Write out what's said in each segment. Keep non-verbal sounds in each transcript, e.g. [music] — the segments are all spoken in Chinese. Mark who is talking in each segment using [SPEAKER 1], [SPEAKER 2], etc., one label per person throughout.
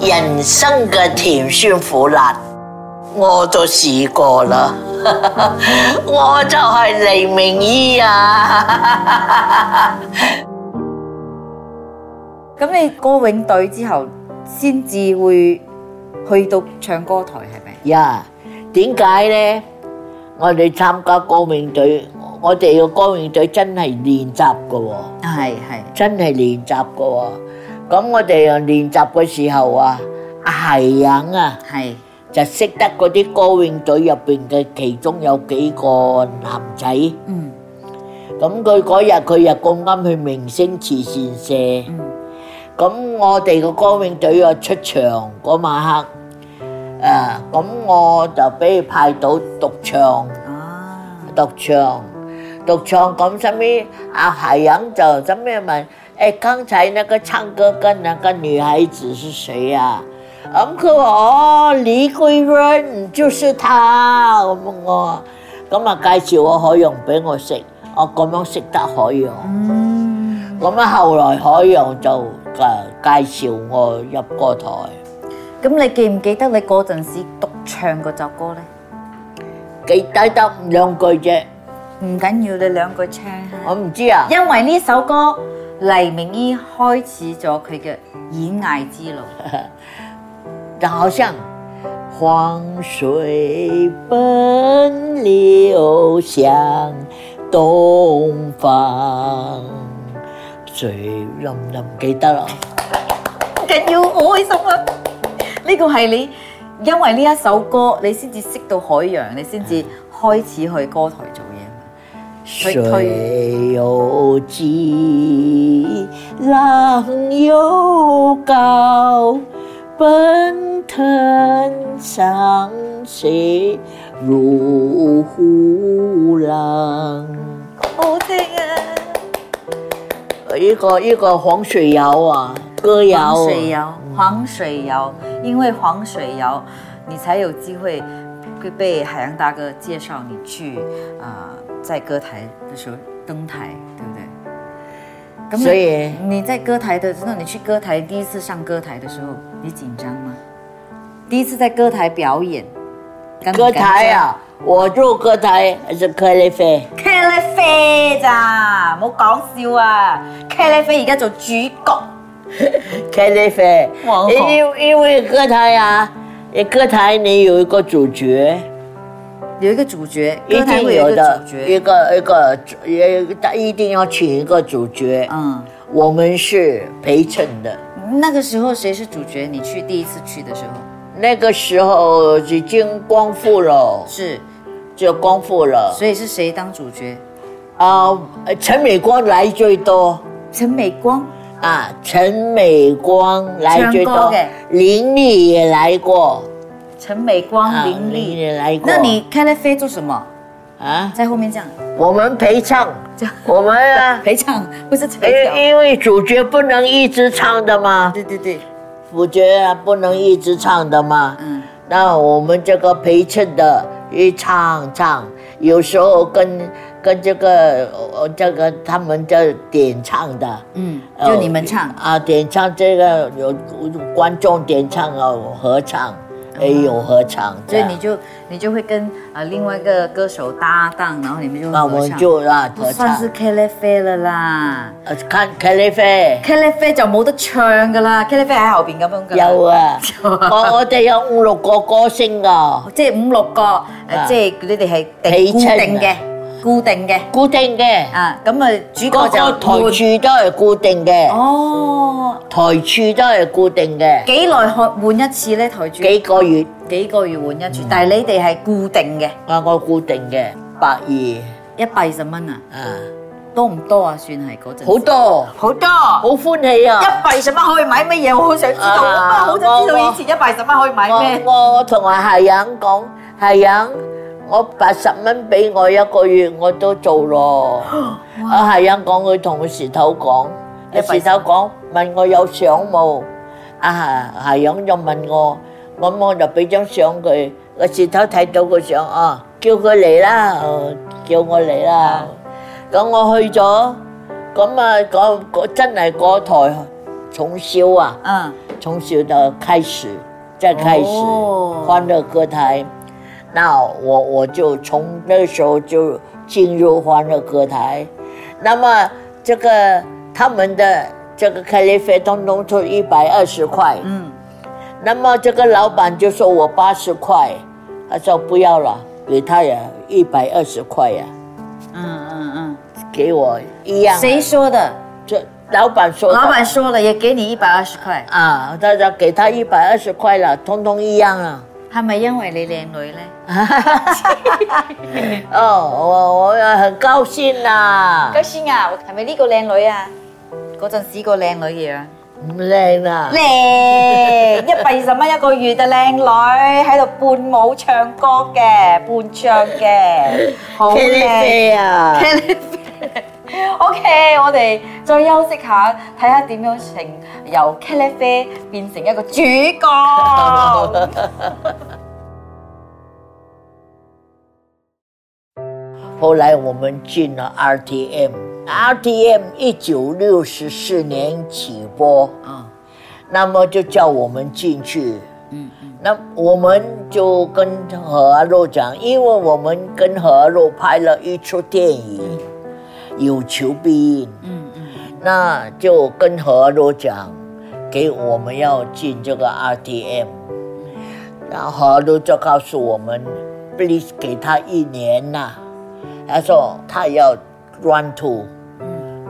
[SPEAKER 1] 人生嘅甜酸苦辣，我都試過啦。 [laughs] 我就係黎明姨啊！ [laughs]
[SPEAKER 2] 咁你歌詠隊之後，先至會去到唱歌台係咪？
[SPEAKER 1] 呀，點解咧？我哋參加歌詠隊，我哋個歌詠隊真係練習嘅喎，
[SPEAKER 2] 係係。
[SPEAKER 1] 真係練習嘅喎。咁我哋又練習嘅時候啊，係人啊〜
[SPEAKER 2] 係
[SPEAKER 1] 就識得嗰啲歌詠隊入邊嘅其中有幾個男仔，咁
[SPEAKER 2] 嗯
[SPEAKER 1] 佢嗰日佢又咁啱去明星慈善社，咁、
[SPEAKER 2] 嗯
[SPEAKER 1] 我哋個歌詠隊啊出場嗰晚黑，啊咁我就俾佢派到獨唱，
[SPEAKER 2] 啊
[SPEAKER 1] 獨唱，獨唱咁，後尾阿海洋就後尾問：誒、剛才那個唱歌跟那個女孩子是誰啊？咁佢話：哦，李桂潤就是她咁我，咁啊介紹我海洋俾我識，我咁樣識得海洋。
[SPEAKER 2] 嗯，
[SPEAKER 1] 咁啊，後來海洋就誒介紹我入歌台，
[SPEAKER 2] 咁你記唔記得你嗰陣時獨唱嗰首歌咧？
[SPEAKER 1] 幾低得兩句啫，
[SPEAKER 2] 唔緊要，你兩句唱下
[SPEAKER 1] 我。唔知啊。
[SPEAKER 2] 因為呢首歌，黎明依開始咗佢嘅演藝之路。
[SPEAKER 1] 好像黄水奔流向东方，水淋淋記得啦，
[SPEAKER 2] 唔緊要，好開心啊！呢個係你因為呢一首歌，你先至識到海洋，你先至開始去歌台做嘢。
[SPEAKER 1] 水有急，浪又高，奔腾上水如虎浪。
[SPEAKER 2] 好聽啊！
[SPEAKER 1] 呃一个一个黄水谣啊，歌谣、
[SPEAKER 2] 黃水窑，
[SPEAKER 1] 嗯
[SPEAKER 2] 黃水窑，因為黃水窑，你才有機會被被海洋大哥介紹你去啊、在歌台的時候登台，對不對？咁你
[SPEAKER 1] 所以
[SPEAKER 2] 你在歌台的时候，你去歌台第一次上歌台的时候，你紧张吗？第一次在歌台表演，敢唔
[SPEAKER 1] 歌台啊，我入歌台还是克里菲，
[SPEAKER 2] 緊張茄喱啡咋，唔好講笑啊！茄喱啡而家做主角，
[SPEAKER 1] 克里菲
[SPEAKER 2] 哇好，
[SPEAKER 1] 因因为歌台啊，你歌台你有一个主角，
[SPEAKER 2] 有一個主角，
[SPEAKER 1] 一
[SPEAKER 2] 歌台
[SPEAKER 1] 定
[SPEAKER 2] 會有
[SPEAKER 1] 有
[SPEAKER 2] 一個
[SPEAKER 1] 的
[SPEAKER 2] 主，
[SPEAKER 1] 一
[SPEAKER 2] 角，
[SPEAKER 1] 个一个也一定要请一个主角，
[SPEAKER 2] 嗯。
[SPEAKER 1] 我们是陪衬的。
[SPEAKER 2] 那个时候谁是主角？你去第一次去的时候
[SPEAKER 1] 那个时候已经光复了，
[SPEAKER 2] 是，
[SPEAKER 1] 就光复了。
[SPEAKER 2] 所以是谁当主角？
[SPEAKER 1] 啊、陈美光来最多。
[SPEAKER 2] 陈美光，
[SPEAKER 1] 啊，陈美光来最
[SPEAKER 2] 唱歌
[SPEAKER 1] 多
[SPEAKER 2] 嘅，
[SPEAKER 1] 林立也来过，
[SPEAKER 2] 陈美光、
[SPEAKER 1] 啊
[SPEAKER 2] 哦
[SPEAKER 1] 林
[SPEAKER 2] 林丽。
[SPEAKER 1] 也来过。
[SPEAKER 2] 那你开了飞做什么？
[SPEAKER 1] 啊，
[SPEAKER 2] 在后面这样
[SPEAKER 1] 我们陪唱
[SPEAKER 2] 这样，
[SPEAKER 1] 我们
[SPEAKER 2] [laughs]
[SPEAKER 1] 啊，哎
[SPEAKER 2] 陪唱，不是
[SPEAKER 1] 因
[SPEAKER 2] 陪
[SPEAKER 1] 为
[SPEAKER 2] 跳。
[SPEAKER 1] 因为主角不能一直唱的嘛，
[SPEAKER 2] 对对对，
[SPEAKER 1] 主角啊不能一直唱的嘛。
[SPEAKER 2] 嗯，
[SPEAKER 1] 那我们这个陪衬的一唱唱，有时候跟跟这个呃这个他们的点唱的，
[SPEAKER 2] 嗯，就你们唱
[SPEAKER 1] 呃。啊，点唱这个有观众点唱啊，有合唱也有合唱，
[SPEAKER 2] 哦
[SPEAKER 1] 这
[SPEAKER 2] 所以
[SPEAKER 1] 样
[SPEAKER 2] 你就你就会跟呃另外一个歌手搭档，然后你们就
[SPEAKER 1] 那我
[SPEAKER 2] 合
[SPEAKER 1] 们
[SPEAKER 2] 唱，
[SPEAKER 1] 就啊
[SPEAKER 2] 不
[SPEAKER 1] 合
[SPEAKER 2] 算
[SPEAKER 1] 唱
[SPEAKER 2] 是，k l f 了啦
[SPEAKER 1] 呃看凯利菲
[SPEAKER 2] k l f 就冇得唱噶啦 k l f 喺後邊咁樣噶。
[SPEAKER 1] 有
[SPEAKER 2] [laughs]
[SPEAKER 1] 啊，我我哋有五六個歌星啊噶，
[SPEAKER 2] 即係五六個，誒，即係你哋係定
[SPEAKER 1] 起
[SPEAKER 2] 固
[SPEAKER 1] 稱啊
[SPEAKER 2] 定嘅，固定嘅
[SPEAKER 1] 固定嘅，
[SPEAKER 2] 啊。咁啊，主角
[SPEAKER 1] 嗰個
[SPEAKER 2] 就
[SPEAKER 1] 台柱都係固定嘅，
[SPEAKER 2] 換哦，
[SPEAKER 1] 台柱都係固定嘅，
[SPEAKER 2] 幾耐換換一次咧？台主
[SPEAKER 1] 幾個月
[SPEAKER 2] 幾個月換一次，但係你哋係固定嘅，
[SPEAKER 1] 啊我固定嘅百二
[SPEAKER 2] 一百二十蚊啊，
[SPEAKER 1] 啊，
[SPEAKER 2] 多唔多啊？算係嗰陣時
[SPEAKER 1] 好多，
[SPEAKER 2] 好多，
[SPEAKER 1] 好歡喜啊！
[SPEAKER 2] 一百二十蚊可以買乜嘢？我好想知道啊！
[SPEAKER 1] 啊
[SPEAKER 2] 好想知
[SPEAKER 1] 我
[SPEAKER 2] 道以前一百二十蚊可以買咩？
[SPEAKER 1] 我我同阿夏影講，夏影，我八十蚊俾我一個月，我都做咯。阿夏影講佢同佢舌頭講，阿舌頭講問我有相冇，阿夏夏影就問我，咁我就俾張相佢，個舌頭睇到個相啊，叫佢嚟啦，呃叫我嚟啦。咁我去咗，咁啊，嗰嗰真係嗰台重修啊，
[SPEAKER 2] 嗯，
[SPEAKER 1] 重修的开始，再开始、
[SPEAKER 2] 哦
[SPEAKER 1] 欢乐歌台。那我我就从那时候就进入欢乐歌台。那么这个他们的这个咖喱费通通出一百二十块，
[SPEAKER 2] 嗯，
[SPEAKER 1] 那么这个老板就说我八十块，他说不要了，给他呀一百二十块呀，
[SPEAKER 2] 嗯嗯
[SPEAKER 1] 给我一样啊。
[SPEAKER 2] 嗯，谁说的？
[SPEAKER 1] 这老板说的？
[SPEAKER 2] 老板说了，也给你一百二十块，
[SPEAKER 1] 啊，他说给他一百二十块了，通通一样啊。
[SPEAKER 2] 係咪因為你靚女咧？
[SPEAKER 1] 哦，我我很高兴啦、
[SPEAKER 2] 高先啊，係咪呢個靚女啊？嗰陣時個靚女嘅樣。
[SPEAKER 1] 唔靚啦，
[SPEAKER 2] 靚，一百二十蚊一個月嘅靚女喺度伴舞唱歌嘅，伴唱 [laughs] 嘅，好
[SPEAKER 1] 茄喱
[SPEAKER 2] 靚。
[SPEAKER 1] 啡啊，
[SPEAKER 2] O K，我哋再休息下，睇下點樣成由茄喱啡變成一個主角。
[SPEAKER 1] 后来我们进了 RTM，RTM 一九六四年起播，
[SPEAKER 2] 啊，嗯
[SPEAKER 1] 那么就叫我们进去。那我们就跟何阿肉讲，因为我们跟何阿肉拍了一出电影，有求必应。
[SPEAKER 2] 嗯嗯，
[SPEAKER 1] 那就跟何罗讲，给我们要进这个 RTM，然后何罗就告诉我们，please 给他一年呐、他说他要 run to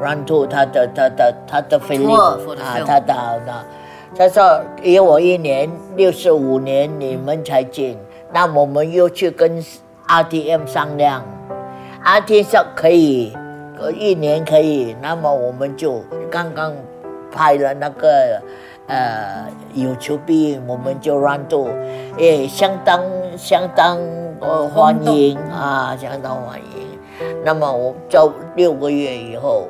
[SPEAKER 1] run to 他的他的他的 f e e l
[SPEAKER 2] 嗯 Tour for the
[SPEAKER 1] 啊
[SPEAKER 2] film
[SPEAKER 1] 他的那，他说给我一年六十五年你们才进，那我们又去跟 RTM 商量。阿天说可以，呃一年可以，那么我们就刚刚拍了那个呃有求必应，我们就 run 度，也相当相当呃欢迎啊，相当欢迎。那么我就六个月以后，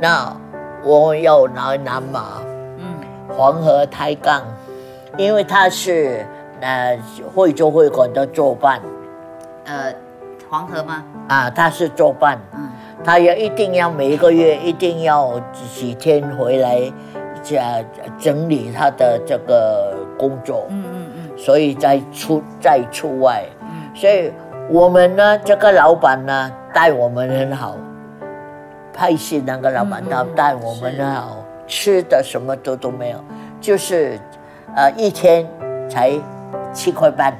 [SPEAKER 1] 那我要拿南马，嗯，黄河抬杠，因为他是呃惠州会馆的作伴
[SPEAKER 2] 誒，黃河嗎？
[SPEAKER 1] 啊，他是作伴。
[SPEAKER 2] 嗯，
[SPEAKER 1] 他要一定要每个月一定要几天回来，呃，整理他的这个工作，嗯嗯嗯，所以在出在出外，所以我们呢，这个老板呢待我们很好，拍戏那个老板他待我们很好，吃的什么都都没有，就是呃一天才七块半，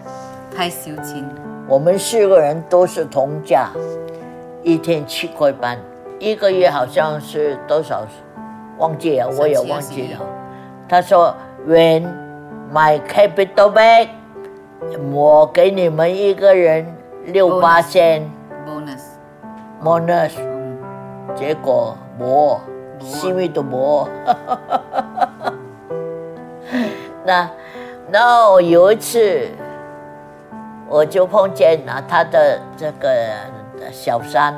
[SPEAKER 2] 太少錢，
[SPEAKER 1] 我们四个人都是同价，一天七块半，一个月好像是多少，忘记了，我也忘记了。他说，When my capital back，我给你们一个人六八千
[SPEAKER 2] bonus。
[SPEAKER 1] bonus，结果没，因为都没。 [laughs] 那，然后有一次，我就碰见了他的这个小三，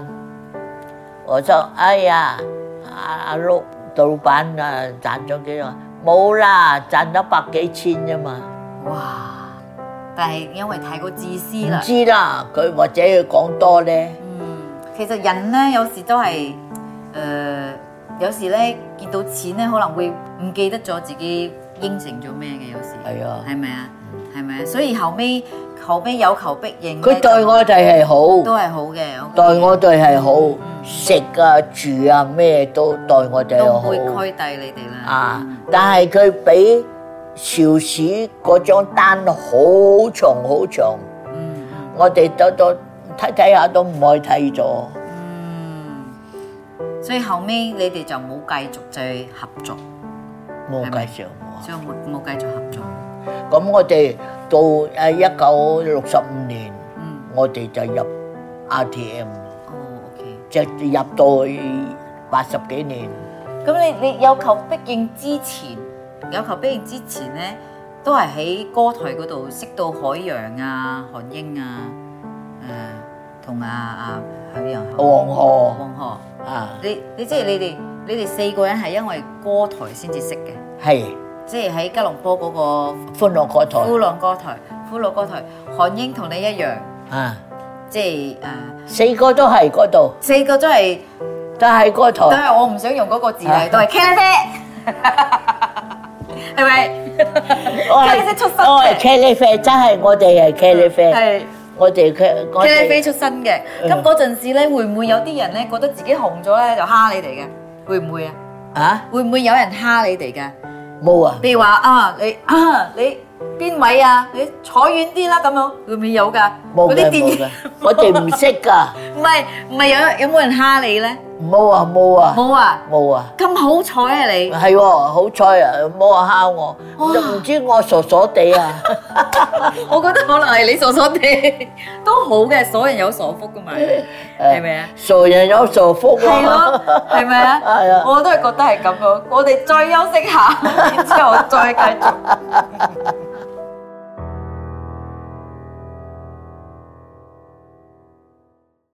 [SPEAKER 1] 我说：“哎呀，阿阿陸老闆啊，賺咗幾多？冇啦，賺咗百幾千啫嘛。
[SPEAKER 2] 哇！但係因為太過自私
[SPEAKER 1] 唔
[SPEAKER 2] 啦。
[SPEAKER 1] 知啦，佢或者佢講多咧。
[SPEAKER 2] 嗯，其實人咧有時都係誒、呃有時咧見到錢咧，可能會唔記得咗自己應承咗咩嘅，有時
[SPEAKER 1] 係啊
[SPEAKER 2] 係咪啊？係咪啊？所以後尾後尾有求必應呢，
[SPEAKER 1] 佢對我哋係好。”
[SPEAKER 2] 都係好嘅，我覺得
[SPEAKER 1] 待我哋係好，食啊住啊咩都待我哋
[SPEAKER 2] 都唔會
[SPEAKER 1] 好
[SPEAKER 2] 虧待你哋啦。嗯
[SPEAKER 1] 啊！但係佢俾邵氏嗰張單好長好長，
[SPEAKER 2] 嗯，
[SPEAKER 1] 我哋都都睇睇下都唔可以睇咗。
[SPEAKER 2] 嗯所以後尾你哋就冇繼續再合作，
[SPEAKER 1] 哦冇
[SPEAKER 2] 係
[SPEAKER 1] 介
[SPEAKER 2] 咪
[SPEAKER 1] 紹我，
[SPEAKER 2] 所以冇冇繼續合作。
[SPEAKER 1] 咁我哋到誒一九六十五年，
[SPEAKER 2] 嗯，
[SPEAKER 1] 我哋就入 RTM，
[SPEAKER 2] 哦，OK。
[SPEAKER 1] 即係入到八十幾年。
[SPEAKER 2] 咁你你有求必應之前，有求必應之前咧，都係喺歌台嗰度識到海洋啊、韓英啊，誒、同啊啊海洋、
[SPEAKER 1] 黃河
[SPEAKER 2] 黃河。
[SPEAKER 1] 啊，
[SPEAKER 2] 你你即係你哋你哋四個人係因為歌台先至識嘅，
[SPEAKER 1] 係
[SPEAKER 2] 即係喺吉隆坡嗰個
[SPEAKER 1] 歡樂嗰台
[SPEAKER 2] 呼浪歌台、呼浪歌台，韓英同你一樣，
[SPEAKER 1] 啊，
[SPEAKER 2] 即係誒、呃
[SPEAKER 1] 四個都係嗰度，
[SPEAKER 2] 四個都係，
[SPEAKER 1] 都係嗰
[SPEAKER 2] 都
[SPEAKER 1] 台。
[SPEAKER 2] 係我唔想用嗰個字嚟，都係茄喱啡。係咪？
[SPEAKER 1] 我係
[SPEAKER 2] 佢係出身嘅
[SPEAKER 1] 我係茄喱啡，真係我哋係茄喱啡，
[SPEAKER 2] 係。
[SPEAKER 1] 我哋茄我
[SPEAKER 2] 茄喱啡
[SPEAKER 1] 哋
[SPEAKER 2] 出身嘅，
[SPEAKER 1] 嗯
[SPEAKER 2] 咁嗰陣時咧，會唔會有啲人咧覺得自己紅咗咧就蝦你哋嘅？會唔會啊？
[SPEAKER 1] 啊
[SPEAKER 2] 會唔會有人蝦你哋嘅？
[SPEAKER 1] 冇啊，
[SPEAKER 2] 譬如話啊，你啊你邊位啊？你坐遠啲啦咁樣，會唔會有㗎？
[SPEAKER 1] 冇
[SPEAKER 2] 嗰啲
[SPEAKER 1] 嘅
[SPEAKER 2] 電
[SPEAKER 1] 冇
[SPEAKER 2] 影
[SPEAKER 1] 嘅，我哋唔識㗎，
[SPEAKER 2] [laughs] 唔係唔係有有冇人蝦你咧？
[SPEAKER 1] 冇啊冇啊
[SPEAKER 2] 冇啊！
[SPEAKER 1] 冇啊。
[SPEAKER 2] 咁好彩啊你！
[SPEAKER 1] 係喎，好彩啊，冇話蝦我，
[SPEAKER 2] 哇
[SPEAKER 1] 都唔知我傻傻地啊！
[SPEAKER 2] 我覺得可能係你傻傻地，都好嘅，所人有所福
[SPEAKER 1] [laughs]
[SPEAKER 2] 㗎嘛， [laughs] 係咪啊？
[SPEAKER 1] 傻人有傻福
[SPEAKER 2] 係咯，係咪
[SPEAKER 1] 係
[SPEAKER 2] 啊
[SPEAKER 1] 啊？
[SPEAKER 2] 我都係覺得係咁樣。我哋再休息下，然之後再繼續。